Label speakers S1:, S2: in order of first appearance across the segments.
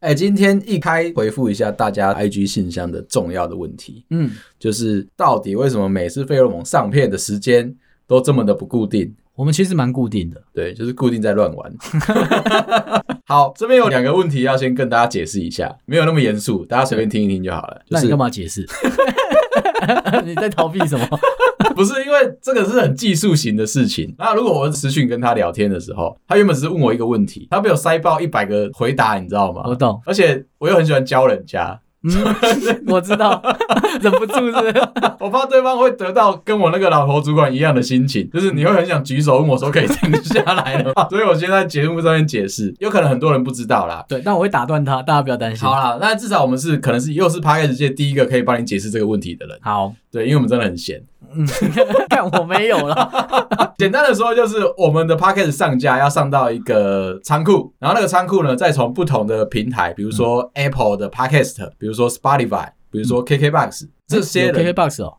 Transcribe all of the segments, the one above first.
S1: 哎今天一开回复一下大家 IG 信箱的重要的问题，
S2: 嗯，
S1: 就是到底为什么每次费洛蒙上片的时间都这么的不固定？
S2: 我们其实蛮固定的。
S1: 对，就是固定在乱玩。 好，这边有两个问题要先跟大家解释一下，没有那么严肃，大家随便听一听就好了。就
S2: 那你
S1: 是
S2: 干嘛 解释？你在逃避什么？
S1: 不是因为这个是很技术型的事情。那如果我私讯跟他聊天的时候，他原本只是问我一个问题，他被我塞爆一百个回答，你知道
S2: 我
S1: 吗？
S2: 懂，
S1: 而且我又很喜欢教人家，
S2: 嗯，我知道，忍不住是不是
S1: 我怕对方会得到跟我那个老头主管一样的心情，就是你会很想举手问我说可以停下来了吗？所以我先在节目上面解释，有可能很多人不知道啦。
S2: 对，但我会打断他，大家不要担心。
S1: 好啦，那至少我们是可能是又是 p a c k a g e 界第一个可以帮你解释这个问题的人，
S2: 好，
S1: 对，因为我们真的很闲。
S2: 嗯， 但我没有了。
S1: 简单的说，就是我们的 p a c k a g e 上架要上到一个仓库，然后那个仓库呢，再从不同的平台，比如说 Apple 的 Podcast，比如说 Spotify，比如说 KKBox，这些
S2: 有
S1: 人
S2: KKBOX 哦，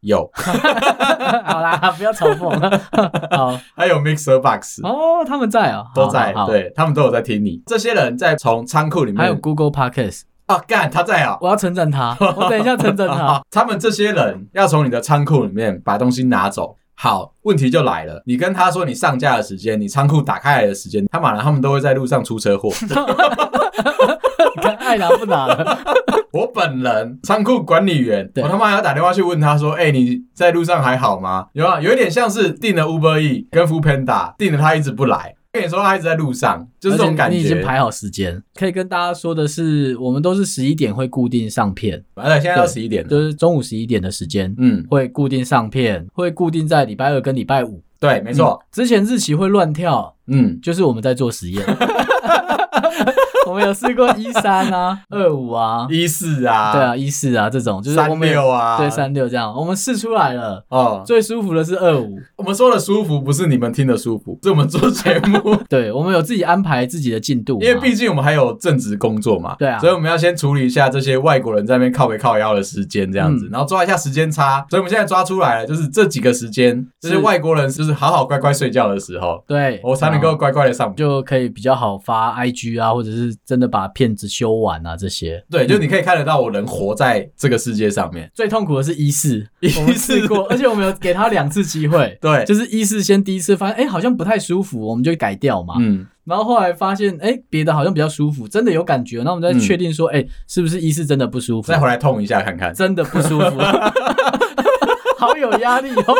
S1: 有，
S2: 好啦，不要嘲讽了。 好
S1: 还有 Mixer Box。
S2: 哦，他们在哦，
S1: 都在
S2: 好，好好
S1: 对他们都有在听你。这些人在从仓库里
S2: 还有
S1: 面
S2: Google Podcast，
S1: 啊，干他在啊、
S2: 我要称 赞他，我等一下称赞他
S1: 啊。，他们这些人要从你的仓库里面把东西拿走。好，问题就来了，你跟他说你上架的时间，你仓库打开来的时间，他马上他们都会在路上出车 祸。
S2: 看爱拿不拿了？
S1: 我本人仓库管理员，
S2: 对
S1: 我他妈还要打电话去问他说，哎、你在路上还好吗？有啊，有一点像是订了 Uber E 跟 f o o Panda，订了他一直不来，跟你说他一直在路上，就是这种感
S2: 而且
S1: 觉。
S2: 你已经排好时间，可以跟大家说的是，我们都是十一点会固定上片，
S1: 完了，现在到
S2: 对
S1: 十一点了。
S2: 就是中午十一点的时间。
S1: 嗯，
S2: 会固定上片，会固定在礼拜二跟礼拜五。
S1: 对，没错。
S2: 嗯之前日期会乱跳，
S1: 嗯，
S2: 就是我们在做实验。 我们有试过一三啊、二五啊，
S1: 一四啊，
S2: 对啊、一四啊这种，就是我
S1: 三
S2: 们有
S1: 六啊，
S2: 对三啊六这样，我们试出来了。
S1: 哦。
S2: 最舒服的是二五，，
S1: 我们说的舒服，不是你们听的舒服，是我们做节目
S2: 对我啊们有自己安排自己的进度嘛，
S1: 因为毕竟我们还有正职工作嘛，
S2: 对啊
S1: 所以我们要先处理一下这些外国人在那边靠北靠腰的时间，这
S2: 嗯
S1: 样子，然后抓一下时间差。所以我们现在抓出来了，就是这几个时间，
S2: 是
S1: 就是外国人就是好好乖乖睡觉的时候，
S2: 对
S1: 我才能够乖乖的上班。
S2: 就可以比较好发 IG 啊，或者是真的把片子修完啊这些。
S1: 对，就你可以看得到我人活在这个世界上面。
S2: 最痛苦的是一四，
S1: 14。
S2: 我们试过，而且我们有给他两次机会
S1: 对，
S2: 就是一四先第一次发现，哎、好像不太舒服，我们就改掉嘛。
S1: 嗯，
S2: 然后后来发现，哎、别的好像比较舒服，真的有感觉。那我们再确定说，哎、是不是一四真的不舒
S1: 嗯
S2: 服
S1: 再？回来痛一下看看。
S2: 真的不舒 服，好有压力哦。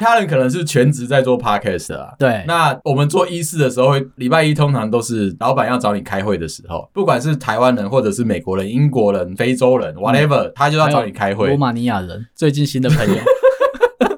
S1: 他人可能是全职在做 podcast 的啊，
S2: 对，
S1: 那我们做一四的时候，礼拜一通常都是老板要找你开会的时候，不管是台湾人或者是美国人、英国人、非洲人，whatever，、他嗯就要找你开
S2: 罗
S1: 会。
S2: 马尼亚人最近新的朋友，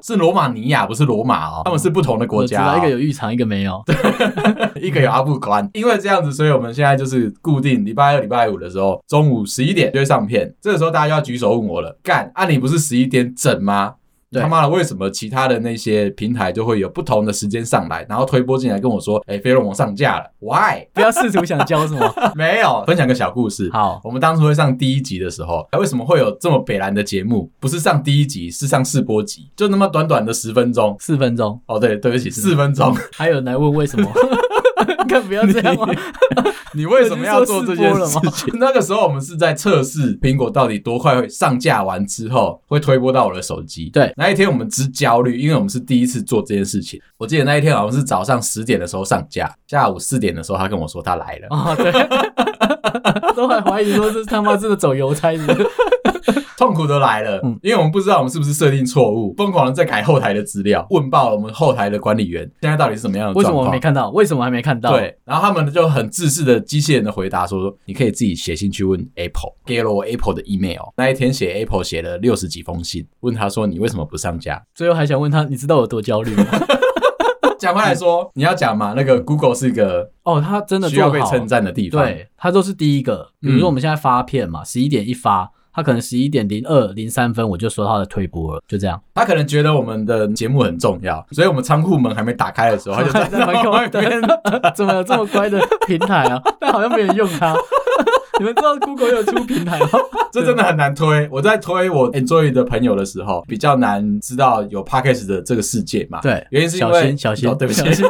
S1: 是罗马尼亚，不是罗马哦，他们是不同的 国
S2: 我知
S1: 家、
S2: 道
S1: 哦
S2: 一个，有浴场，一个没有。
S1: 一个有阿布关。因为这样子，所以我们现在就是固定礼拜二、礼拜五的时候，中午十一点就会上片。这个时候大家就要举手问我了，干啊，你不是十一点整吗？
S2: 对
S1: 他妈的，为什么其他的那些平台就会有不同的时间上来，然后推播进来跟我说，哎、飞龙王上架了，why？
S2: 不要试图想教 什么。
S1: 没有，分享个小故事。
S2: 好，
S1: 我们当初会上第一集的时候，哎为什么会有这么北蓝的节目？不是上第一集，是上试播集，就那么短短的十分钟。
S2: 四分钟。
S1: 哦，对，对不起，四分钟。
S2: 还有人来问为什么？看不要这样嘛，
S1: 你为什么要做这件事
S2: 我就
S1: 情？ 那个时候我们是在测试苹果到底多快会上架完之后会推播到我的手机。
S2: 对
S1: 那一天我们之焦虑，因为我们是第一次做这件事情。我记得那一天好像是早上十点的时候上架，下午四点的时候他跟我说他来了。
S2: 啊，对， 都还怀疑说这他妈真的走邮差是不是
S1: 痛苦的来了，
S2: 嗯
S1: 因为我们不知道我们是不是设定错误，疯狂的在改后台的资料，问爆了我们后台的管理员，现在到底是什么样的
S2: 为
S1: 状
S2: 什
S1: 况？
S2: 么我没看到？为什么还没看到？，
S1: 对，然后他们就很自私的机器人的回答说：“你可以自己写信去问 Apple，给了我 Apple 的 email。那一天写 Apple 写了六十几封信，问他说你为什么不上架？
S2: 最后还想问他，你知道我多焦虑吗？
S1: 讲回来说，你要讲嘛，那个 Google 是一个
S2: 哦，他嗯真的嗯
S1: 需要
S2: 做
S1: 被
S2: 好，
S1: 称赞的地方。，
S2: 对他都是第一个。比如说我们现在发片嘛，十一点一发，他可能十一点零二零三分我就收到他的推播了，就这样。
S1: 他可能觉得我们的节目很重要，所以我们仓库门还没打开的时候，他就在
S2: 在门口
S1: 外面
S2: 等， 怎么有这么乖的平台啊？ 但好像没人用它。 你们知道 Google 有出平台吗？
S1: 这
S2: 啊
S1: 真的很难推。我在推我 Enjoy 的朋友的时候，比较难知道有 Podcast 的这个世界嘛。
S2: 对
S1: 原因是因
S2: 小
S1: 为
S2: 心小心
S1: 哦对不起
S2: 小心，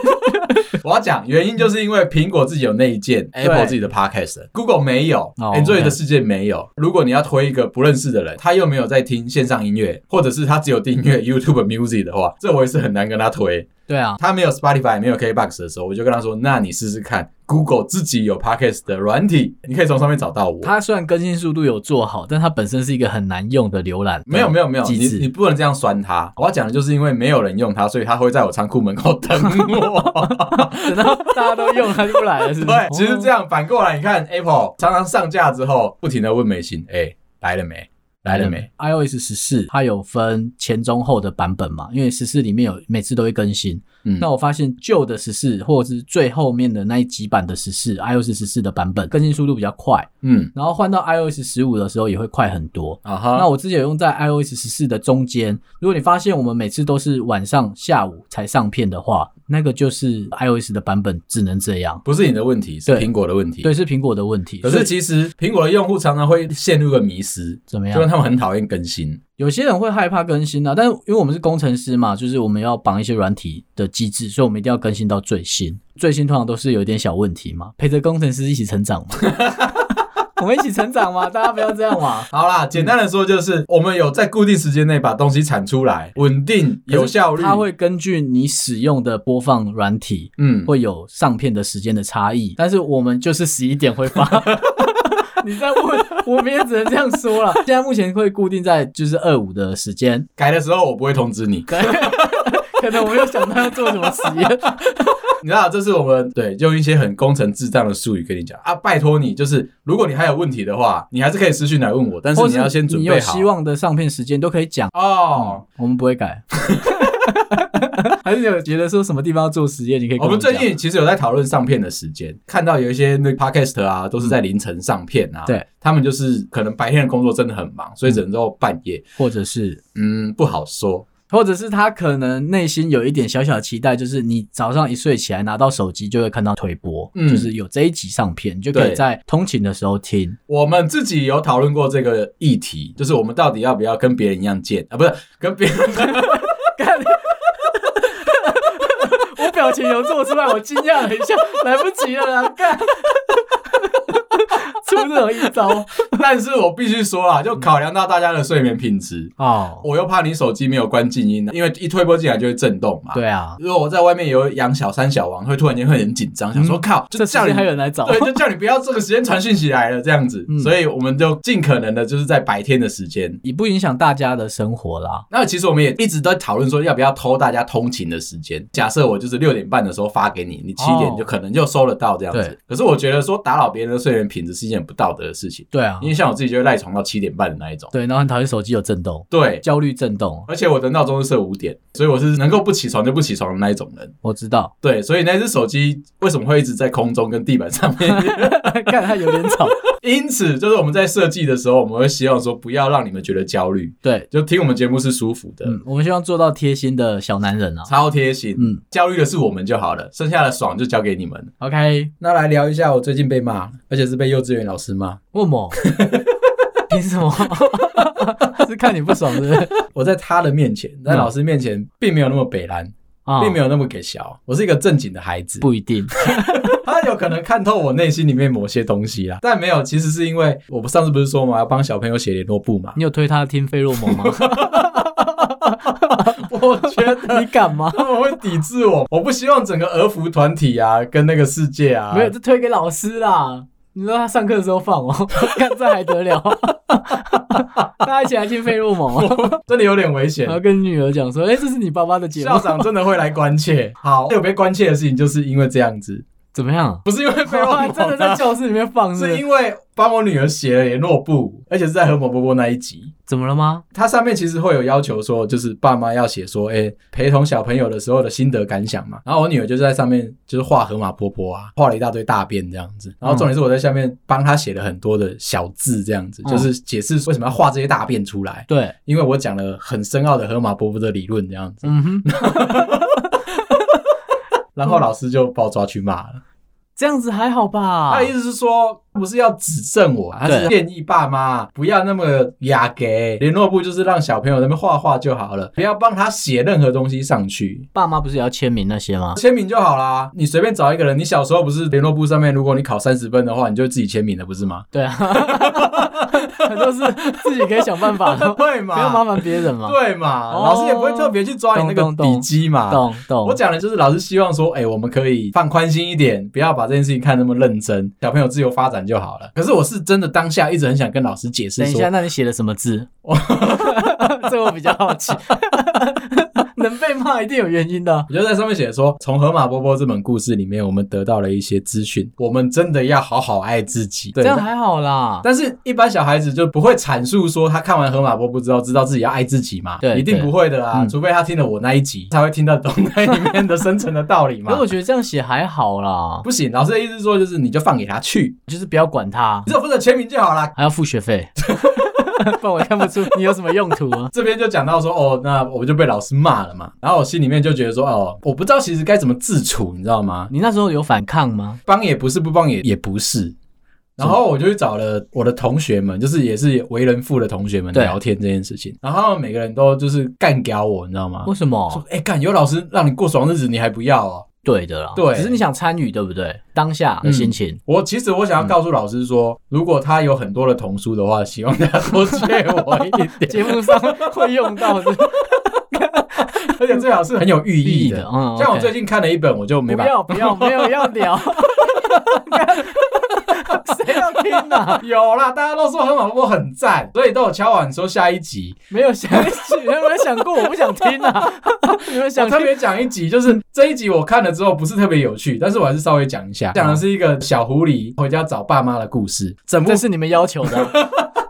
S1: 我要讲原因，就是因为苹果自己有那一件 Apple 自己的 Podcast，Google 没有、
S2: 哎哦
S1: a n d r o i d
S2: OK
S1: 的世界没有。如果你要推一个不认识的人，他又没有在听线上音乐，或者是他只有订阅 YouTube Music 的话，这我也是很难跟他推。
S2: 对啊，
S1: 他没有 Spotify 没有 KBox 的时候，我就跟他说：“那你试试看，Google 自己有 Podcast 的软体，你可以从上面找到我。”
S2: 它虽然更新速度有做好，但它本身是一个很难用的浏览
S1: 没有没有没有，
S2: 啊机
S1: 你你
S2: 制。
S1: 不能这样酸他。我要讲的就是因为没有人用它，所以他会在我仓库门口等 我。
S2: 等到大家都用，它就不来了，是不是
S1: 对？，其实这
S2: 样，
S1: 样反过来，你看 Apple 常常上架之后，不停的问美心，哎、来了没？来了没？
S2: iOS 十四它有分前中后的版本嘛？因为十四里面有每次都会更新。
S1: 嗯
S2: 那我发现旧的十四或者是最后面的那一几版的十四 iOS 十四的版本更新速度比较快，
S1: 嗯，
S2: 然后换到 iOS 十五的时候也会快很多。
S1: 啊哈，
S2: 那我之前有用在 iOS 十四的中间，如果你发现我们每次都是晚上下午才上片的话，那个就是 iOS 的版本只能这样。
S1: 不是你的问题，是
S2: 对
S1: 苹果的问题。
S2: 对，，是苹果的问题。
S1: 可
S2: 所
S1: 是
S2: 以
S1: 其实苹果的用户常常会陷入个迷失，
S2: 怎么
S1: 就
S2: 样
S1: 跟？他们很讨厌更新。
S2: 有些人会害怕更新啊，但是因为我们是工程师嘛，就是我们要绑一些软体的机制，所以我们一定要更新到最新。最新通常都是有一点小问题嘛，陪着工程师一起成长嘛。 我们一起成长嘛，大家不要这样嘛。
S1: 好啦，简单的说就是，我们有在固定时间内把东西产出来，稳定、有效率。
S2: 它会根据你使用的播放软体，
S1: 嗯，
S2: 会有上片的时间的差异，但是我们就是十一点会发。 你在问，我们也只能这样说了。现在目前会固定在就是二五的时间，
S1: 改的时候我不会通知你。
S2: 可能我没有想到要做什么实验。
S1: 你知道，这是我们对用一些很工程智障的术语跟你讲啊，拜托你，就是如果你还有问题的话，你还是可以私讯来问我，但是
S2: 或
S1: 你要先准
S2: 你
S1: 备
S2: 有
S1: 好。
S2: 希望嗯的上片时间都可以讲
S1: 哦，
S2: 我们不会 改。还是有觉得说什么地方要做实验，你可以跟
S1: 我们
S2: 讲
S1: 最近其实有在讨论上片的时间，看到有一些那 podcast 啊，都是在凌晨上片啊，
S2: 对，
S1: 他们就是可能白天的工作真的很忙，所以只能够半夜，
S2: 或者是。
S1: 嗯，不好说。
S2: 或者是他可能内心有一点小小的期待，就是你早上一睡起来拿到手机就会看到推播，
S1: 嗯
S2: 就是有这一集上片，你就可
S1: 对
S2: 以在通勤的时候听。
S1: 我们自己有讨论过这个议题，就是我们到底要不要跟别人一样贱啊？不是跟别人。
S2: 我表情有做出来，我惊讶了一下，来不及了啦， 干！出这种一 招
S1: 但是我必须说啦，就考量到大家的睡眠品质，
S2: 哦，
S1: 我又怕你手机没有关静音，啊因为一推波进来就会震动嘛。，
S2: 对啊，
S1: 如果我在外面有养小三、小王，会突然间会很紧张，想说
S2: 嗯
S1: 靠，就
S2: 这时
S1: 叫你
S2: 间还有人来 找，
S1: 对，就叫你不要这个时间传讯息来了这样子。
S2: 嗯
S1: 所以我们就尽可能的就是在白天的时间。
S2: 也不影响大家的生活啦。
S1: 那其实我们也一直都在讨论说，要不要偷大家通勤的时间。假设我就是六点半的时候发给你，你七点
S2: 哦
S1: 就可能就收得到这样子
S2: 对。
S1: 可是我觉得说打扰别人的睡眠品质是一件很不道德的事情，
S2: 对啊
S1: 因，为像我自己就会赖床到七点半的那一种。
S2: 对，然后很讨厌手机有震动，
S1: 对，
S2: 焦虑震动，
S1: 而且我的闹钟是设五点，所以我是能够不起床就不起床的那一种人。
S2: 我知道，
S1: 对，所以那只手机为什么会一直在空中跟地板上 面？
S2: 看它有点吵，
S1: 因此，就是我们在设计的时候，我们会希望说不要让你们觉得焦虑，
S2: 对，
S1: 就听我们节目是舒服的，
S2: 嗯，我们希望做到贴心的小男人啊，
S1: 超贴心。
S2: 嗯
S1: 焦虑的是我们就好了，剩下的爽就交给你们。
S2: ，OK，
S1: 那来聊一下我最近被骂，而且是被幼稚园老师骂。
S2: 问我， 凭什么？ 是看你不爽是不是？
S1: 我在他的面前，在
S2: 嗯
S1: 老师面前，并没有那么北蓝，
S2: 啊
S1: 并没有那么给小，我是一个正经的孩子。
S2: 不一定，。
S1: 他有可能看透我内心里面某些东西啦，但没有，其实是因为我不上次不是说嘛，要帮小朋友写联络簿嘛
S2: 你有推他听费洛 蒙吗？
S1: 我觉得
S2: 你敢吗？
S1: 他们会抵制我，我不希望整个儿服团体啊，跟那个世界啊，
S2: 没有，就推给老师啦。你说他上课的时候放哦， 看这还得 了？大家一起来听费洛蒙 哦，
S1: 真的有点危险
S2: 然。后跟女儿讲说：“哎、这是你爸爸的节目
S1: 校，长真的会来关切。 好，有被关切的事情，就是因为这样子，
S2: 怎么 样？”
S1: 不是因为被我、
S2: 哇，啊真的在教室里面放是不
S1: 是
S2: 是？
S1: 因为帮我女儿写了联络簿，而且是在和某波波那一集。
S2: 怎么了吗？
S1: 它上面其实会有要求说，就是爸妈要写说，哎、陪同小朋友的时候的心得感想嘛。然后我女儿就在上面就是画河马波波啊，画了一大堆大便这样子。然后重点是我在下面帮她写了很多的小字，这样子、
S2: 嗯
S1: 就是解释为什么要画这些大便出来，
S2: 对，
S1: 因为我讲了很深奥的河马波波的理论这样子。
S2: 嗯哼，
S1: 然后老师就把我抓去骂了。
S2: 嗯这样子还好吧
S1: 他的？意思是说，不是要指正我，他是
S2: 啊对
S1: 建议爸妈不要那么雅给。联络部就是让小朋友在那边画画就好了，不要帮他写任何东西上去，
S2: 爸妈不是也要签名那些吗？
S1: 签名就好啦。你随便找一个人，你小时候不是联络部上面，如果你考三十分的话，你就自己签名了，不是 吗？
S2: 对啊，很多是自己可以想办法 的，
S1: 会
S2: 不要
S1: 嘛？
S2: 麻烦别人嘛。
S1: 对嘛？
S2: 哦
S1: 老师也不会特别去抓你那个
S2: 懂懂
S1: 笔
S2: 懂
S1: 记嘛。
S2: 懂懂，
S1: 我讲的就是老师希望说，哎、我们可以放宽心一点，不要把这件事情看那么认真，小朋友自由发展就好了。可是我是真的当下一直很想跟老师解释
S2: 等一
S1: 说
S2: 下，，那你写了什么字？ 这我比较好奇。 能被骂一定有原因的啊。
S1: 我就在上面写说，从《河马波波》这本故事里面，我们得到了一些资讯，我们真的要好好爱自己。对
S2: 这样还好啦。
S1: 但是，一般小孩子就不会阐述说他看完《河马波波》之后知道自己要爱自己嘛？
S2: 对
S1: 一定
S2: 对
S1: 不会的啊，
S2: 嗯
S1: 除非他听了我那一集，才会听得懂那里面的深层的道 理
S2: 可
S1: 嘛
S2: 是我。觉得这样写还好啦，
S1: 不行，老师的意思说就是你就放给他 去，
S2: 就是不要管他
S1: 你，只要负责签名就好啦。
S2: 还要付学 费，不然我看不出你有什么用途啊。
S1: 这边就讲到说，哦，那我就被老师骂了嘛，然后我心里面就觉得说，哦，我不知道其实该怎么自处，你知道吗？
S2: 你那时候有反抗吗？
S1: 帮也不是，不帮也也不是。然后我就去找了我的同学们，就是也是为人父的同学们
S2: 对
S1: 聊天这件事情，然后他们每个人都就是干掉我，你知道吗？
S2: 为什
S1: 说
S2: 么？
S1: 哎，干、有老师让你过爽日子，你还不要哦？
S2: 对嗯的啦，
S1: 对
S2: 只是你想参与，对不对？当下的心情，
S1: 我其实我想
S2: 嗯
S1: 要告诉老师说，如果他有很多的童书的话，希望他 多借我一点，
S2: 节目上会用到是
S1: 而且最好是很有寓
S2: 意
S1: 意
S2: 义
S1: 的
S2: 的。。嗯，
S1: 像我
S2: OK
S1: 最近看了一本，我就没
S2: 不
S1: 把
S2: 要不要，没有要 聊，谁要听呢、啊？
S1: 有啦，大家都说《河马波波》很赞，所以都有敲碗说下一集。
S2: 没有想起，有没有想过我不想听啊？ 你们
S1: 我
S2: 想
S1: 特
S2: 听？
S1: 别讲一集，就是这一集我看了之后不是特别有趣，但是我还是稍微讲一下，讲的是一个小狐狸回家找爸妈的故事。整部
S2: 这是你们要求的啊，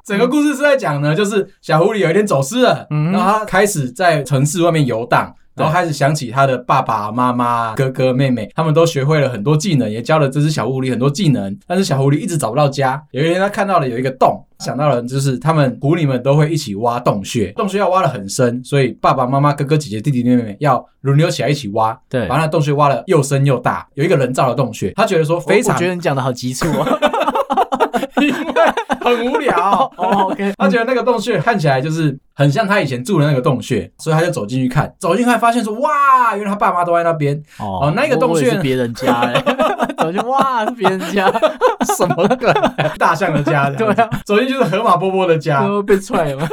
S1: 整个故事是在讲呢，就是小狐狸有一天走失了，
S2: 嗯
S1: 然后他开始在城市外面游荡。然后
S2: 对
S1: 开始想起他的爸爸妈妈、哥哥妹妹，他们都学会了很多技能，也教了这只小狐狸很多技能。但是小狐狸一直找不到家。有一天，他看到了有一个洞，想到了就是他们狐狸们都会一起挖洞穴，洞穴要挖得很深，所以爸爸妈妈、哥哥姐姐、弟弟妹妹要轮流起来一起挖，
S2: 对
S1: 把。那洞穴挖得又深又大。有一个人造的洞穴，他觉得说非
S2: 非常，
S1: 常
S2: 我觉得你讲的好急促哦。
S1: 很无聊，
S2: 哦，OK，
S1: 他觉得那个洞穴看起来就是很像他以前住的那个洞穴，所以他就走进去看，走进去看发现说，哇，原来他爸妈都在那 边，
S2: 哦
S1: 那个
S2: 我
S1: 洞
S2: 我也
S1: 穴
S2: 是别人家 哎，走进哇是别人 家，
S1: 什么鬼？ 大象的家，
S2: 对啊，
S1: 走进去就是河马波波的家。
S2: 会被踹 吗？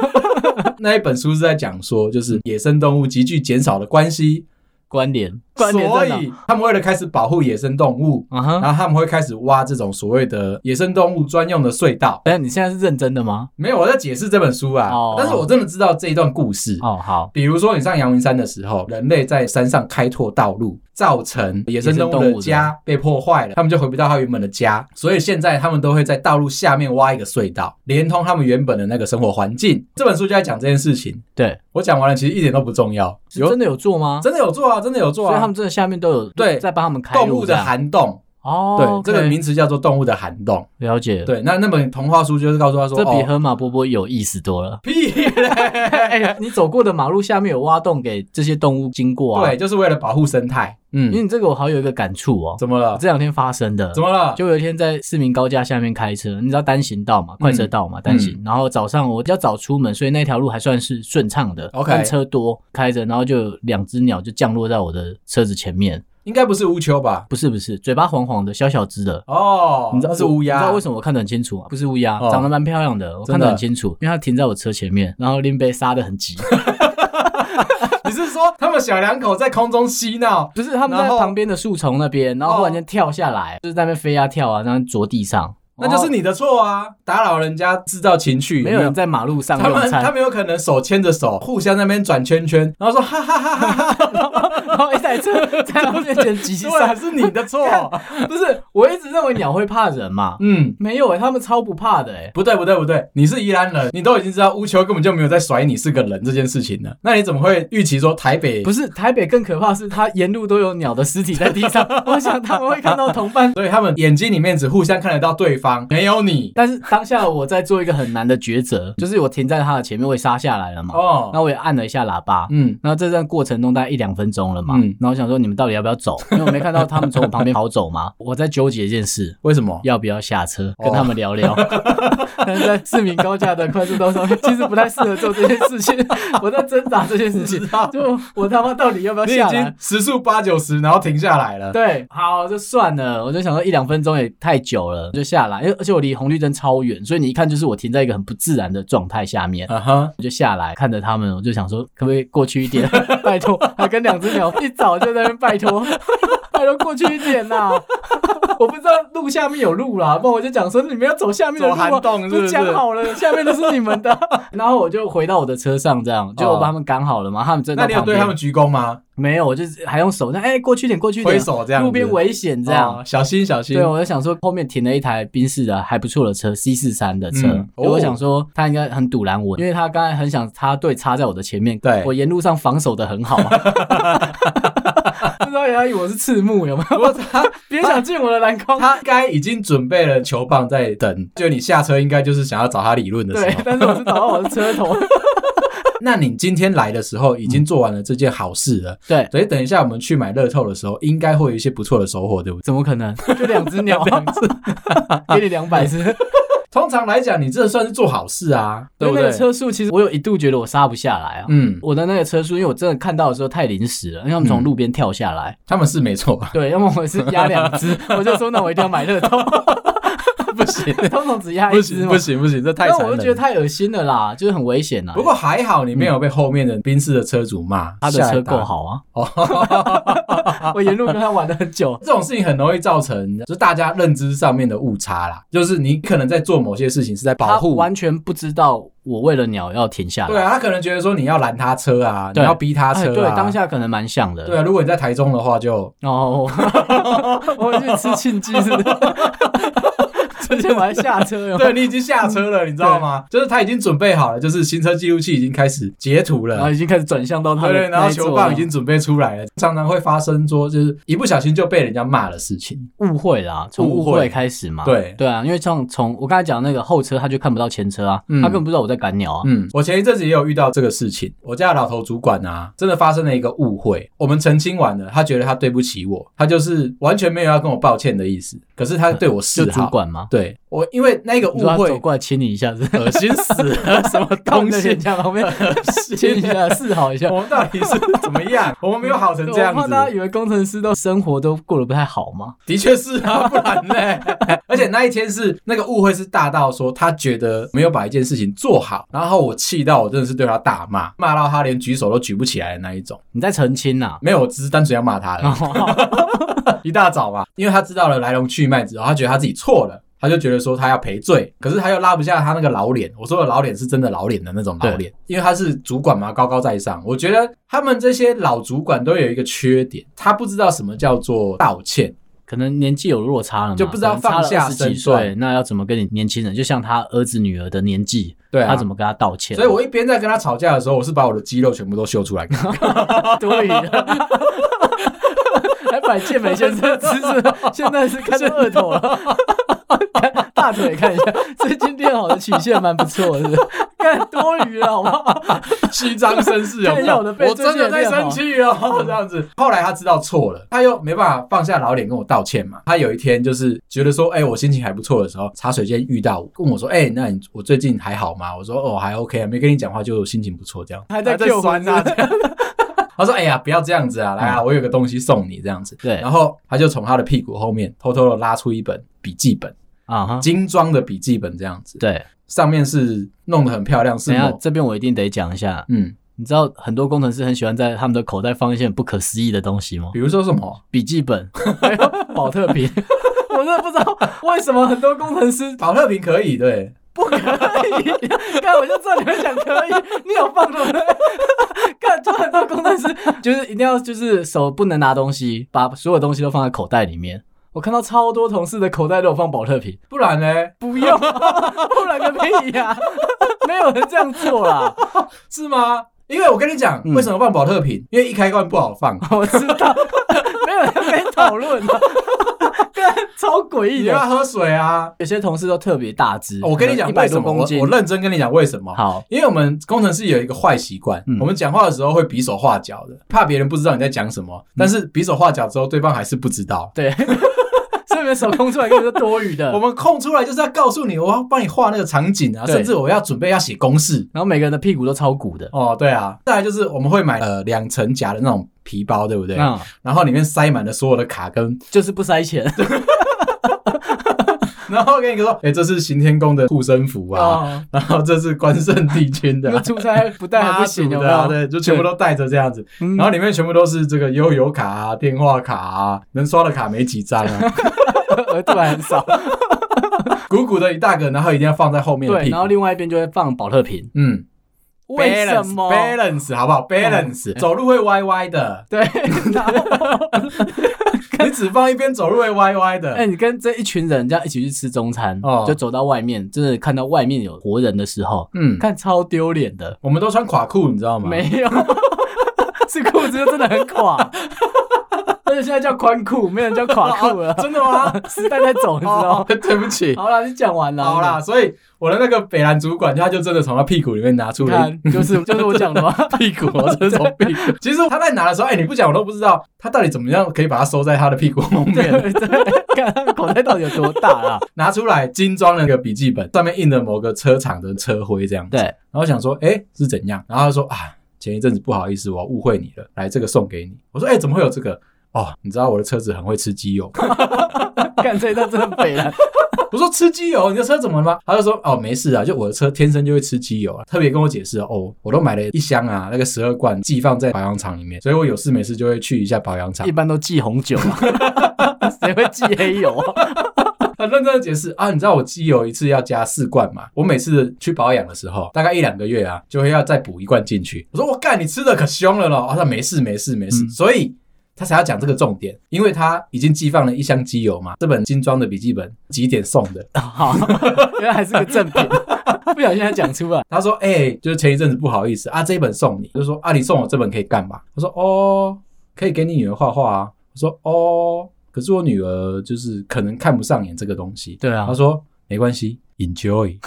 S1: 那一本书是在讲说，就是野生动物急剧减少的关系，
S2: 关联，关联
S1: 所
S2: 在哪？
S1: 以他们为了开始保护野生动物，
S2: 啊哈，
S1: 然后他们会开始挖这种所谓的野生动物专用的隧道。
S2: 哎，你现在是认真的吗？
S1: 没有，我在解释这本书啊，
S2: 哦
S1: 但是我真的知道这一段故事
S2: 哦，好，
S1: 比如说，你上阳明山的时候，人类在山上开拓道路，造成野生动物的家被破坏了，他们就回不到他原本的家，所以现在他们都会在道路下面挖一个隧道，连通他们原本的那个生活环境。这本书就在讲这件事情。
S2: 对，
S1: 我讲完了，其实一点都不重要。
S2: 是
S1: 有
S2: 真的有做吗？
S1: 真的有做啊，真的有做
S2: 所以他
S1: 啊
S2: 们。真的下面都有
S1: 对
S2: 在帮他们开
S1: 动
S2: 路
S1: 物
S2: 这
S1: 的
S2: 样
S1: 涵洞，对
S2: 哦，
S1: 这个名词叫做动物的涵洞。
S2: 了解，
S1: 对，那那本童话书就是告诉他说，
S2: 这比
S1: 哦
S2: 河马波波有意思多了。
S1: 屁嘞，
S2: 哎呀，你走过的马路下面有挖洞给这些动物经过啊？
S1: 对，，就是为了保护生态。
S2: 因为
S1: 嗯，
S2: 你这个我好有一个感触哦，
S1: 怎么了？
S2: 这两天发生的
S1: 怎。么了？
S2: 就有一天在市民高架下面开车，你知道单行道嘛，快
S1: 嗯
S2: 车道嘛，单行。然后早上我比较早出门，所以那条路还算是顺畅的
S1: OK
S2: 但车多，开着，然后就有两只鸟就降落在我的车子前面。
S1: 应该不是乌秋吧？
S2: 不是不是，嘴巴黄黄的，小小只的，
S1: 哦，
S2: 你知道
S1: 那是乌鸦，
S2: 你知道为什么我看得很清楚吗？啊不是乌鸦，
S1: 哦
S2: 长得蛮漂亮的，我
S1: 真的
S2: 看得很清楚，因为它停在我车前面，然后林北杀的很 急，
S1: 你是说他们小两口在空中嬉闹？
S2: 就是他们在
S1: 然后
S2: 旁边的树丛那边，然后忽然
S1: 哦
S2: 间跳下来，就是在那边飞啊跳啊，然后着地上，
S1: 那就是你的错啊！打扰人家，制造情绪，
S2: 没有人在马路上
S1: 他
S2: 用
S1: 们他
S2: 餐，
S1: 们有可能手牵着手，互相在那边转圈圈，然后说哈哈哈哈哈 哈，
S2: 然后一台车 在我面前急
S1: 对，
S2: 刹，
S1: 是你的错。
S2: 不是，我一直认为鸟会怕人嘛，
S1: 嗯，
S2: 没有诶、欸他们超不怕的诶、欸
S1: 不对不对不对，你是宜兰人，你都已经知道乌秋根本就没有在甩你是个人这件事情了，那你怎么会预期说台北？
S2: 不是台北更可怕，是它沿 路都有鸟的尸体在地上。我想他们会看到同伴
S1: 所以他们眼睛里面只互相看得到对方，没有你
S2: 但是当下我在做一个很难的抉 择，就是我停在他的前面，我也刹下来了嘛，
S1: 哦。
S2: 那我也按了一下喇叭。
S1: 嗯，
S2: 那这段过程中大概一两分钟了嘛，
S1: 嗯
S2: 然后我想说你们到底要不 要走？因为我没看到他们从我旁边跑走嘛，我在纠结一件事，
S1: 为什么？
S2: 要不要下车
S1: 哦
S2: 跟他们 聊聊。但是在市民高架的快速道路上面，其实不太适合做这件事情。我在挣扎这件事情，就我他妈到底要不要
S1: 你
S2: 下
S1: 已
S2: 来
S1: 经？时速八九十，然后停下来了。
S2: 对，好，就算了。我就想说一两分钟也太久了，就下来。因为而且我离红绿灯超远，所以你一看就是我停在一个很不自然的状态下面。
S1: 啊哈，
S2: 我就下来看着他们，我就想说，可不可以过去一点？ 拜托，还跟两只鸟一早就在那边拜托， 拜托过去一点呐、 我不知道路下面有路啦，不然我就讲说你们要 走下面的路、
S1: 走
S2: 啊，
S1: 涵洞是不
S2: 就是讲好了，下面的是你们的。 然后我就回到我的车上，这样就我把他们赶好了嘛，他们真的
S1: 哦那你有对他们鞠躬吗？
S2: 没有，我就是还用手这样，哎、过去一点，过去一点，
S1: 挥手这样子
S2: 路边危险这样。
S1: 哦小心小心
S2: 对，。我就想说后面停了一台宾士的还不错的车，C 四三的车，
S1: 嗯
S2: 所以
S1: 哦
S2: 我想说他应该很堵拦我，因为他刚才很想插队插在我的前面，
S1: 对
S2: 我沿路上防守的很 好、啊。不知道原来以为我是赤木有没有？
S1: 不过他
S2: 别想进我的篮筐。
S1: 他应该已经准备了球棒在等，就你下车应该就是想要找他理论的
S2: 对
S1: 时候，。
S2: 但是我是找到我的车 头。
S1: 那你今天来的时候已经做完了这件好事 了，
S2: 对，
S1: 所以等一下我们去买乐透的时候，应该会有一些不错的收获，对不对？
S2: 怎么可能？就两只鸟， 两只，给你两百 只。
S1: 通常来讲，你这算是做好事啊，对不
S2: 因为那
S1: 对
S2: 个？车速，其实我有一度觉得我刹不下来啊。
S1: 嗯，
S2: 我的那个车速，因为我真的看到的时候太临时了，因为他们从
S1: 嗯
S2: 路边跳下来，
S1: 他们是没 错 吧？
S2: 对，要么我是压两 只，我就说那我一定要买乐透，
S1: 不行，
S2: 通常只压
S1: 不
S2: 一只
S1: 行，
S2: 嘛。
S1: 不行，不行，这太
S2: 但
S1: 残忍
S2: 我
S1: 了。
S2: 就觉得太恶心了啦，就是很危险啦。
S1: 不过还好，你没有被后面的宾士的车主骂，
S2: 他的
S1: 下来
S2: 车
S1: 打
S2: 够。好啊，
S1: 哦，。
S2: 我沿路跟他玩了很久
S1: 这种事情很容易造成就是大家认知上面的误差啦，就是你可能在做某些事情是在保
S2: 他
S1: 护，
S2: 完全不知道我为了鸟要停下来。
S1: 对啊，他可能觉得说你要拦他车啊，你
S2: 对
S1: 要逼他
S2: 哎，
S1: 车啊，
S2: 对，当下可能蛮像的。
S1: 对啊，如果你在台中的话 就，
S2: 哦，我我去吃庆记 是不是？之前我还下车哟，
S1: 对你已经下车了，你知道吗？就是他已经准备好了，就是行车记录器已经开始截图
S2: 然后
S1: 了。
S2: 已经开始转向到他
S1: 对
S2: 的
S1: 对，然后
S2: 那一
S1: 球
S2: 座
S1: 棒
S2: 了
S1: 已经准备出来了，常常会发生说，就是一不小心就被人家骂的事情。
S2: 误会啦，从
S1: 误
S2: 误
S1: 会
S2: 会开始嘛。
S1: 对
S2: 对啊，因为像从我刚才讲的那个后车，他就看不到前车啊，
S1: 嗯
S2: 他根本不知道我在赶鸟啊。
S1: 嗯，我前一阵子也有遇到这个事情，我家的老头主管啊，真的发生了一个误会，我们澄清完了，他觉得他对不起我，他就是完全没有要跟我抱歉的意思，可是他对 我
S2: 就
S1: 示
S2: 主
S1: 好。
S2: 管吗？
S1: 对我，因为那个
S2: 你
S1: 误
S2: 说他走
S1: 会，
S2: 过来亲你 一下子，
S1: 恶心死 了，什么东
S2: 在
S1: 西
S2: 人？家旁边 亲你一下，示好一下。
S1: 我们到底是怎么样？我们没有好 成这样
S2: 我怕大家
S1: 子，
S2: 以为工程师都生活都过得不太好嘛。
S1: 的确是啊，不然呢？ 而且那一天是那个误会是大到说他觉得没有把一件事情做好，然后我气到我真的是对他大骂，骂到他连举手都举不起来的那一种。
S2: 你在澄清啊 呐、
S1: 没有，我只是单纯要骂他
S2: 啊
S1: 的。 一大早嘛，因为他知道了来龙去脉之后，他觉得他自己错了。他就觉得说他要赔罪，可是他又拉不下他那个老脸。我说的老脸是真的老脸的那种老脸，因为他是主管嘛，高高在上。我觉得他们这些老主管都有一个缺点，他不知道什么叫做道歉。
S2: 可能年纪有落差了嘛，
S1: 就不知道放下
S2: 十几
S1: 身段
S2: 岁，那要怎么跟你年轻人？就像他儿子女儿的年纪，
S1: 对啊
S2: 他怎么跟他道歉？
S1: 所以我一边在跟他吵架的时候，我是把我的肌肉全部都秀出来给他看。
S2: 多余 的。还摆健美先生姿势，现在是看到二头 了。看大腿看一下，最近练好的曲线蛮不错的，看多余了，好不好？
S1: 虚张声势有没
S2: 看一下我
S1: 有
S2: 的？背
S1: 我真的在生气哦，这 样子。后来他知道错了，他又没办法放下老脸跟我道歉嘛。他有一天就是觉得说，哎、我心情还不错的时候，茶水间遇到我，问我说，哎、那你我最近还好吗？我说，哦，还 OK 啊，没跟你讲话就心情不错这样。
S2: 还在啊
S1: 在
S2: Q
S1: 酸
S2: 我
S1: 他
S2: 是不
S1: 这样。他说：“哎呀，不要这样子啊！来
S2: 嗯
S1: 啊，我有个东西送你，这样子。”
S2: 对
S1: 然后他就从他的屁股后面偷偷的拉出一本笔记本，
S2: 啊哈，
S1: 精装的笔记本，这样子。
S2: 对，
S1: 上面是弄得很漂亮，是
S2: 等一下
S1: 某
S2: 这边我一定得讲一下。
S1: 嗯，
S2: 你知道很多工程师很喜欢在他们的口袋放一些很不可思议的东西吗？
S1: 比如说什么
S2: 笔记 本，还有保特瓶。 我真的不知道为什么很多工程师
S1: 保特瓶可以对，
S2: 不 可以，看我就知道你会讲可以，你有 放对不对？看，就很多工程师就是一定要就是手不能拿东西，把所有东西都放在口袋里面。我看到超多同事的口袋都有放保特瓶，
S1: 不然呢？
S2: 不用，不然哦个屁呀、 没有人这样做啦。
S1: 是吗？因为我跟你讲，
S2: 嗯
S1: 为什么放保特 瓶？因为一开罐不好放，
S2: 啊我知道，没有人被讨论的，超诡异
S1: 你要
S2: 的。
S1: 喝水啊！
S2: 有些同事都特别大只，
S1: 我跟你讲
S2: 啊一
S1: 为
S2: 百
S1: 什
S2: 多
S1: 么，
S2: 公
S1: 我
S2: 斤。
S1: 我认真跟你讲为什么。
S2: 好，
S1: 因为我们工程师有一个坏习惯，
S2: 嗯
S1: 我们讲话的时候会比手画脚的，怕别人不知道你在讲什么。
S2: 嗯
S1: 但是比手画脚之后，对方还是不知道。
S2: 对，所以你们手空出来根本就多余的
S1: 我。们空出来就是要告诉你，我要帮你画那个场景啊，
S2: 对
S1: 甚至我要准备要写公式。
S2: 然后每个人的屁股都超 鼓的，
S1: 哦，对啊，再来就是我们会买呃两层夹的那种皮包，对不对？
S2: 嗯，
S1: 然后里面塞满了所有的卡跟，
S2: 就是不塞钱。
S1: 然后跟你说，哎、这是行天宫的护身符啊，
S2: 哦，
S1: 然后这是关圣帝君的
S2: 那
S1: 啊，
S2: 出差不带还不行，
S1: 妈
S2: 有
S1: 祖
S2: 没
S1: 的啊
S2: 有？
S1: 对，就全部都带着这样子，
S2: 嗯，
S1: 然后里面全部都是这个悠游卡啊、电话卡啊，能刷的卡没几张 啊，
S2: 额度还很少。
S1: 鼓鼓的一大个，然后一定要放在后面的
S2: 对，
S1: 屁股
S2: 然后另外一边就会放保特瓶。
S1: 嗯，
S2: 为什么？嗯
S1: balance 好不好？balance 走路会歪歪 的，
S2: 对，然后
S1: 你只放一边走路会歪歪的。
S2: 哎，你跟这一群人这样一起去吃中餐
S1: 哦，
S2: 就走到外面，真的看到外面有活人的时候，
S1: 嗯，
S2: 看超丢脸的。
S1: 我们都穿垮裤，你知道吗？
S2: 没有， 是裤子就真的很垮， 而且现在叫宽裤，没有人叫垮裤了
S1: 哦，真的 吗？
S2: 时代在走，你知道
S1: 哦
S2: 吗？，
S1: 对不起，
S2: 好啦，你讲完了，
S1: 好啦，，所以我的那个北兰主管，他就真的从他屁股里面拿出
S2: 你
S1: 了一
S2: 看，就是就是我讲的 嘛，
S1: 屁股，
S2: 哦
S1: 我真的从屁 股。其实他在拿的时候，哎、你不讲我都不知道他到底怎么样可以把它收在他的屁股后面。
S2: 对对，看他口袋到底有多 大啦？
S1: 拿出来精装了一个笔记本，上面印了某个车厂的车徽这样子。
S2: 对，
S1: 然后想说，哎、是怎样？然后他说啊，前一阵子不好意思，我误会你了，来这个送给你。我说，哎、怎么会有这个？哦，你知道我的车子很会吃机油。
S2: 看这一段真的 肥了，
S1: 我说吃机油，你的车怎么了吗？他就说哦没事啊，就我的车天生就会吃机油啊。特别跟我解释哦，我都买了一箱啊，那个十二罐寄放在保养厂里面，所以我有事没事就会去一下保养厂
S2: 一。般都忌红酒啊， 谁会忌黑油啊？
S1: 他认真的解释啊，你知道我机油一次要加四罐嘛？我每次去保养的时候，大概一两个月啊，就会要再补一罐进去。我说我干，你吃的可凶了咯。他说没事没事没事，
S2: 嗯
S1: 所以。他才要讲这个重点，因为他已经寄放了一箱机油嘛。这本精装的笔记本几点送的？
S2: 好，原来还是个正品，不小心还讲出来，
S1: 他说：“哎、就是前一阵子不好意思啊，这一本送你。”就说：“啊，你送我这本可以干嘛？”我说：“哦，可以给你女儿画画啊。”我说：“哦，可是我女儿就是可能看不上眼这个东西。”
S2: 对啊
S1: 他说：“没关系，enjoy。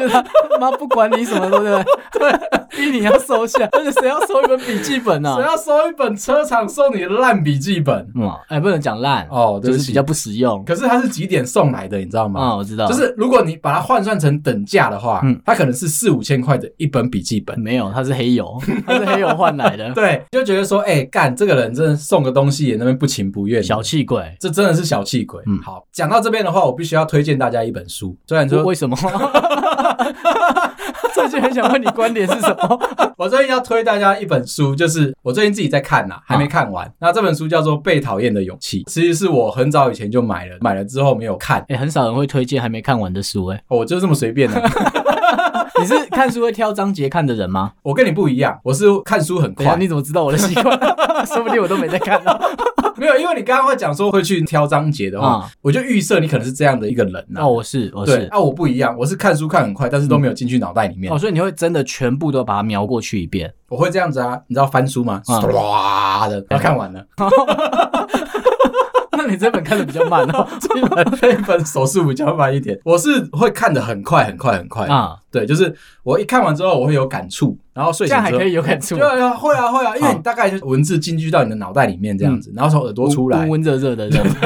S2: 就是他妈不管你什么，对不对？对， 逼你要收下，而且谁要收一本笔记本
S1: 谁
S2: 啊？
S1: 要收一本车厂送你的烂笔记本？
S2: 嗯，哎，不能讲烂
S1: 哦对
S2: 就
S1: 不起
S2: 是比较不实用。
S1: 可是它是几点送来的，你知道吗？
S2: 啊，我知道，
S1: 就是如果你把它换算成等价的话，
S2: 嗯
S1: 它可能是四五千块的一本笔记本。
S2: 没有，它是黑油，它是黑油换来的，
S1: 对，就觉得说，哎、干这个人真的送个东西也那边不情不愿的，
S2: 小气鬼。
S1: 这真的是小气鬼。
S2: 嗯
S1: 好，讲到这边的话，我必须要推荐大家一本书。虽然
S2: 你说
S1: 说
S2: 为什么？ 最近很想问你观点是什 么？
S1: 我最近要推大家一本书，就是我最近自己在看呐、
S2: 啊
S1: 还没看完。那这本书叫做《被讨厌的勇气》，其实是我很早以前就买了，买了之后没有看，哦
S2: 哎、很少人会推荐还没看完的书、 哎，
S1: 我就这么随便啊的、
S2: 你是看书会挑章节看的人吗？
S1: 我跟你不一样，我是看书很
S2: 等一下，
S1: 快，
S2: 你怎么知道我的习惯？啊 说不定我都没在看呢、
S1: 没有，因为你刚刚会讲说会去挑章节的话，
S2: 嗯
S1: 我就预设你可能是这样的一个人呐、
S2: 哦，我是，我
S1: 对，
S2: 是。嗯
S1: 啊，我不一样，我是看书看很快，但是都没有进去脑袋里面。
S2: 哦，所以你会真的全部都把它瞄过去一遍，
S1: 我会这样子啊，你知道翻书吗？
S2: 嗯
S1: 唰、的，然后看完了。
S2: 那你这本看的比较慢哦。 所以
S1: 这一本手速比较慢一点，我是会看得很快很快很 快啊。
S2: 啊，
S1: 对，就是我一看完之后，我会有感触，然后睡
S2: 这
S1: 醒
S2: 样还
S1: 之后
S2: 可以。有感触
S1: 对，啊，会啊，会啊，因为你大概就文字进去到你的脑袋里面这样
S2: 嗯
S1: 子，然后从耳朵出来
S2: 温。温热热的这样子。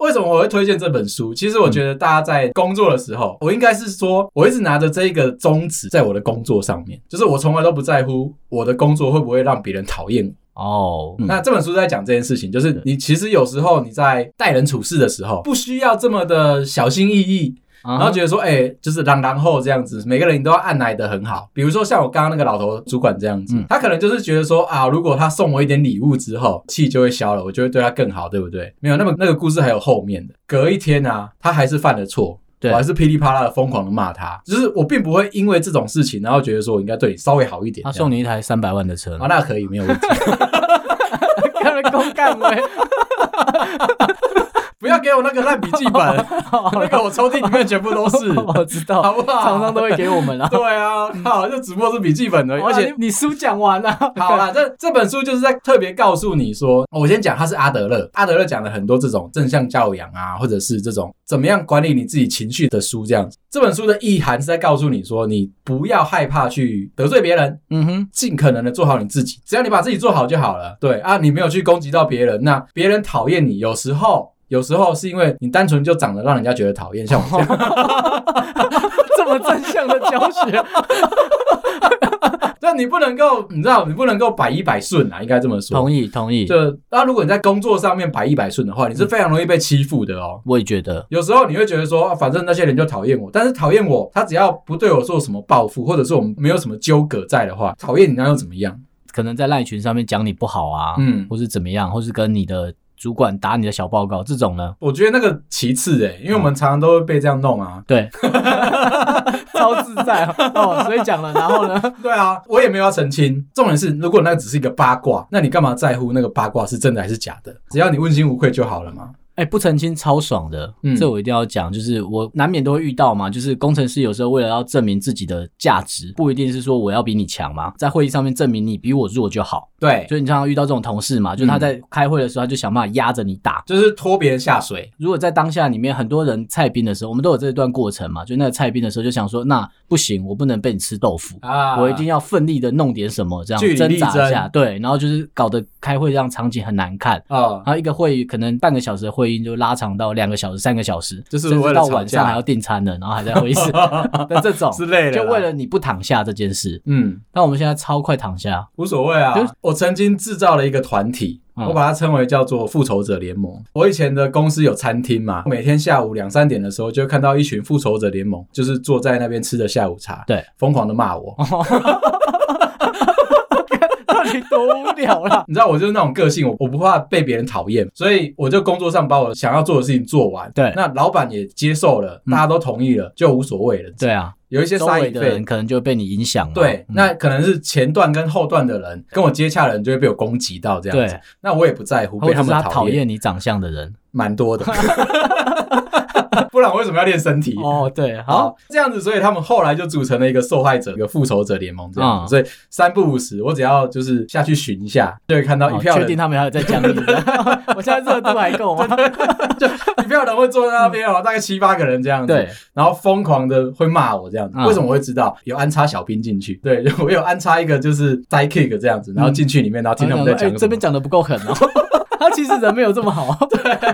S1: 为什么我会推荐这本书？其实我觉得大家在工作的时候，我应该是说，我一直拿着这一个宗旨在我的工作上面，就是我从来都不在乎我的工作会不会让别人讨厌我。
S2: 哦，嗯
S1: 那这本书在讲这件事情，就是你其实有时候你在待人处事的时候，不需要这么的小心翼翼，
S2: 啊
S1: 然后觉得说，哎、就是朗朗后这样子，每个人你都要按来的很好。比如说像我刚刚那个老头主管这样子，
S2: 嗯
S1: 他可能就是觉得说啊，如果他送我一点礼物之后，气就会消了，我就会对他更好，对不对？没有，那么那个故事还有后面的。隔一天啊，他还是犯了错。
S2: 对
S1: 我还是噼里啪啦的疯狂的骂他，就是我并不会因为这种事情，然后觉得说我应该对你稍微好一点这
S2: 他
S1: 样。
S2: 送你一台三百万的车
S1: 啊，，那可以没有问题，
S2: 看了公干威，
S1: 不要给我那个烂笔记本，那个我抽屉里面全部都 是，
S2: 哦我知道，
S1: 好不好
S2: 厂商都会给我们啦。
S1: 对啊，靠，就只不过是笔记本而已，而
S2: 而
S1: 且
S2: 且。你啊书讲完了，
S1: 好啦，这这本书就是在特别告诉你说，我先讲他是阿德勒，阿德勒讲了很多这种正向教养啊，或者是这种怎么样管理你自己情绪的书，这样子。这本书的意涵是在告诉你说，你不要害怕去得罪别人，
S2: 嗯哼，
S1: 尽可能的做好你自己，只要你把自己做好就好了。对啊，你没有去攻击到别人，那别人讨厌你，有时候有时候是因为你单纯就长得让人家觉得讨厌，像我这样。
S2: 这么正向的教学，
S1: 但你不能够，你知道，你不能够百依百顺啊，应该这么说。
S2: 同意同意，
S1: 就那如果你在工作上面百依百顺的话，
S2: 嗯
S1: 你是非常容易被欺负的哦。
S2: 我也觉得，
S1: 有时候你会觉得说，啊反正那些人就讨厌我，但是讨厌我，他只要不对我做什么报复，或者是我们没有什么纠葛在的话，讨厌你那又怎么样？
S2: 可能在赖群上面讲你不好啊，
S1: 嗯，
S2: 或是怎么样，或是跟你的主管打你的小报告，这种呢，
S1: 我觉得那个其次欸诶、因为我
S2: 嗯
S1: 们常常都会被这样弄啊。
S2: 对，超自在哦哦，所以讲了，然后呢，
S1: 对啊，我也没有要澄清。重点是，如果那只是一个八卦，那你干嘛在乎那个八卦是真的还是假的？只要你问心无愧就好了嘛。
S2: 哎、不澄清超爽的，
S1: 嗯
S2: 这我一定要讲，就是我难免都会遇到嘛，就是工程师有时候为了要证明自己的价值，不一定是说我要比你强嘛，在会议上面证明你比我弱就好，
S1: 对，
S2: 所以你常常遇到这种同事嘛，就是他
S1: 嗯
S2: 在开会的时候，他就想办法压着你打，
S1: 就是拖别人下水。
S2: 如果在当下里面很多人菜冰的时候，我们都有这段过程嘛，就那个菜冰的时候就想说，那不行，我不能被你吃豆腐。
S1: 啊
S2: 我一定要奋力的弄点什么，这
S1: 据理
S2: 样
S1: 力
S2: 挣扎一下，
S1: 争
S2: 对，然后就是搞得开会让场景很难看，
S1: 啊、
S2: 然后一个会议可能半个小时的会议就拉长到两个小时、三个小时，
S1: 就是
S2: 甚
S1: 为
S2: 至
S1: 了
S2: 到
S1: 吵
S2: 晚
S1: 架
S2: 上还要订餐的，然后还在会议室 的这种，
S1: 之类的啦，
S2: 就为了你不躺下这件事。
S1: 嗯。
S2: 但我们现在超快躺下，
S1: 无所谓啊
S2: 就。
S1: 我曾经制造了一个团体。
S2: 嗯
S1: 我把它称为叫做复仇者联盟。我以前的公司有餐厅嘛，每天下午两三点的时候，就会看到一群复仇者联盟，就是坐在那边吃着下午茶，
S2: 对，
S1: 疯狂的骂 我。
S2: 到底多无聊啦！
S1: 你知道，我就是那种个性，我我不怕被别人讨厌，所以我就工作上把我想要做的事情做完。
S2: 对
S1: 那老板也接受了，大家都同意了，就无所谓了。
S2: 对啊，
S1: 有一些
S2: 周
S1: 杀
S2: 围
S1: 一
S2: 的
S1: 费
S2: 人，可能就被你影响了。
S1: 对，
S2: 嗯
S1: 那可能是前段跟后段的人跟我接洽的人就会被我攻击到这样子
S2: 对。
S1: 那我也不在乎
S2: 或
S1: 被
S2: 者是
S1: 们
S2: 他讨
S1: 厌。
S2: 厌你长相的人。
S1: 蛮多 的，不然我为什么要练身体？
S2: 哦，对，
S1: 好，，这样子，所以他们后来就组成了一个受害者、一个复仇者联盟这样子。
S2: 嗯
S1: 所以三不五时，我只要就是下去巡一下，就会看到一票
S2: 哦确
S1: 人，
S2: 定他们还有在讲你的。 我现在热度还 够吗？
S1: 一票人会坐在那边哦，大概七八个人这样子。
S2: 嗯对，
S1: 然后疯狂的会骂我这样子。
S2: 嗯
S1: 为什么我会知道？有安插小兵进去，对， 我有安插一个就是 sidekick 这样子，然后进去里面，然后听他们在
S2: 哎
S1: 讲什
S2: 这
S1: 么
S2: 边。讲的不够狠 哦。他其实人没有这么 好，哦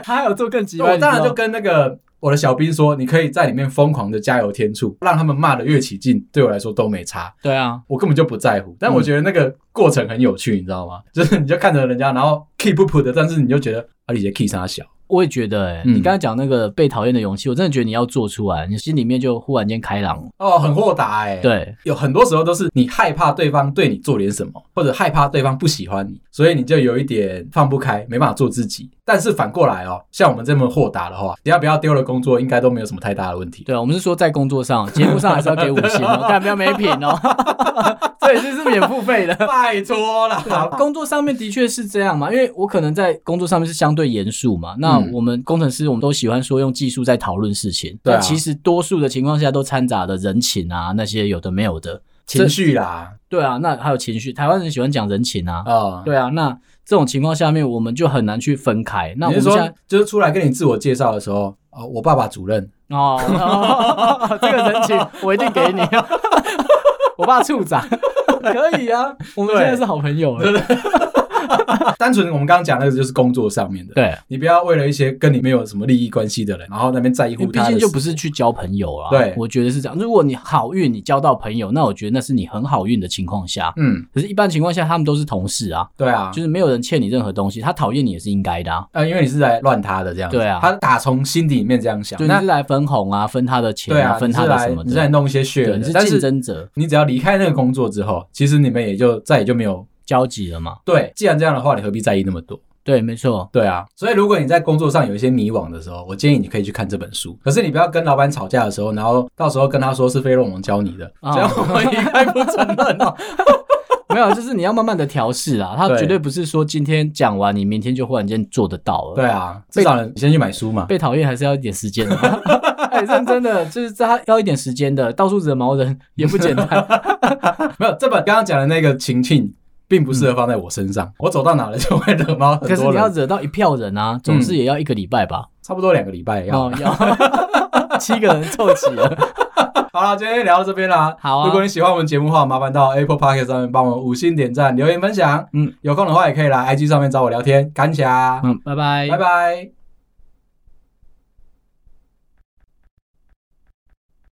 S2: 他还有做更极
S1: 我
S2: 端的。
S1: 当然就跟那个。我的小兵说：“你可以在里面疯狂的加油添醋，让他们骂的越起劲，对我来说都没差。
S2: 对啊，
S1: 我根本就不在乎，
S2: 嗯
S1: 但我觉得那个过程很有趣，你知道吗？ 就是你就看着人家，然后 keep 不 p 的，但是你就觉得啊，你的 key 他小，
S2: 我也觉得，哎，
S1: 嗯
S2: 你刚才讲那个被讨厌的勇气，我真的觉得你要做出来，你心里面就忽然间开朗了。
S1: 哦，很豁达哎、，
S2: 对，
S1: 有很多时候都是你害怕对方对你做点什么，或者害怕对方不喜欢你，所以你就有一点放不开，没办法做自己。但是反过来哦，像我们这么豁达的话，只要不要丢了工作，应该都没有什么太大的问 题。
S2: 对啊，我们是说在工作上，节目上还是要给五星 哦，但不要没品哦。这也是是免付费的。
S1: 拜托啦，
S2: 对啊，工作上面的确是这样嘛，因为我可能在工作上面是相对严肃嘛。那
S1: 嗯
S2: 我们工程师，我们都喜欢说用技术在讨论事情，
S1: 对啊
S2: 但其实多数的情况下都掺杂了人情啊，那些有的没有的。
S1: 情绪啦，
S2: 对啊，那还有情绪，台湾人喜欢讲人情啊。
S1: 啊、
S2: 对啊，那这种情况下面，我们就很难去分开。那我
S1: 你
S2: 们
S1: 是
S2: 现
S1: 说
S2: 在
S1: 就是出来跟你自我介绍的时候，哦，我爸爸主任，
S2: 哦，哦这个人情我一定给你。 我爸处长 可以啊，我们
S1: 对
S2: 现在是好朋友欸了。
S1: 单纯我们刚刚讲那个就是工作上面的，
S2: 对，
S1: 你不要为了一些跟你没有什么利益关系的人，然后那边在
S2: 因
S1: 乎
S2: 为毕
S1: 他的事。
S2: 竟就不是去交朋友啦。
S1: 对
S2: 我觉得是这样。如果你好运，你交到朋友，那我觉得那是你很好运的情况下。
S1: 嗯，
S2: 可是，一般情况下，他们都是同事啊，
S1: 对啊，
S2: 就是没有人欠你任何东西，他讨厌你也是应该的啊。
S1: 呃，因为你是来乱他的这样子，
S2: 对啊
S1: 他打从心底里面这样想
S2: 就，你
S1: 那
S2: 是来分红啊，分他的钱
S1: 对啊，
S2: 分
S1: 你
S2: 他
S1: 是
S2: 的
S1: 来
S2: 什么
S1: 你是来
S2: 的，
S1: 弄一些血
S2: 对，
S1: 的
S2: 你，是
S1: 但
S2: 竞
S1: 是
S2: 争者
S1: 你只要离开那个工作之后，其实你们也就再也就没有。
S2: 交集了嘛？
S1: 对，既然这样的话，你何必在意那么多？
S2: 对，没错，
S1: 对啊，所以如果你在工作上有一些迷惘的时候，我建议你可以去看这本书。可是你不要跟老板吵架的时候，然后到时候跟他说是费洛蒙教你的，
S2: 啊
S1: 这样我们应该不承认哦。
S2: 没有，啊就是你要慢慢的调试啊，它
S1: 对
S2: 绝对不是说今天讲完，你明天就忽然间做得到了。
S1: 对啊，至少你先去买书嘛。
S2: 被讨厌还是要一点时间的。 哎、认真的，就是他要一点时间的，到处惹毛人也不简单。
S1: 没有，这本刚刚讲的那个情境，并不适合放在我身上。我走到哪了就会惹毛很
S2: 可是
S1: 多
S2: 你要
S1: 人，
S2: 惹到一票人啊，总是也要一个礼拜吧？
S1: 差不多两个礼拜要。
S2: 哦，要 七个人凑齐 了。
S1: 好了，今天聊到这边啦。
S2: 好啊
S1: 如果你喜欢我们节目的话，麻烦到 Apple Podcast 上面帮我们五星点赞、留言分享。
S2: 嗯，
S1: 有空的话也可以来 IG 上面找我聊天，感谢啊，
S2: 嗯，拜拜，
S1: 拜拜。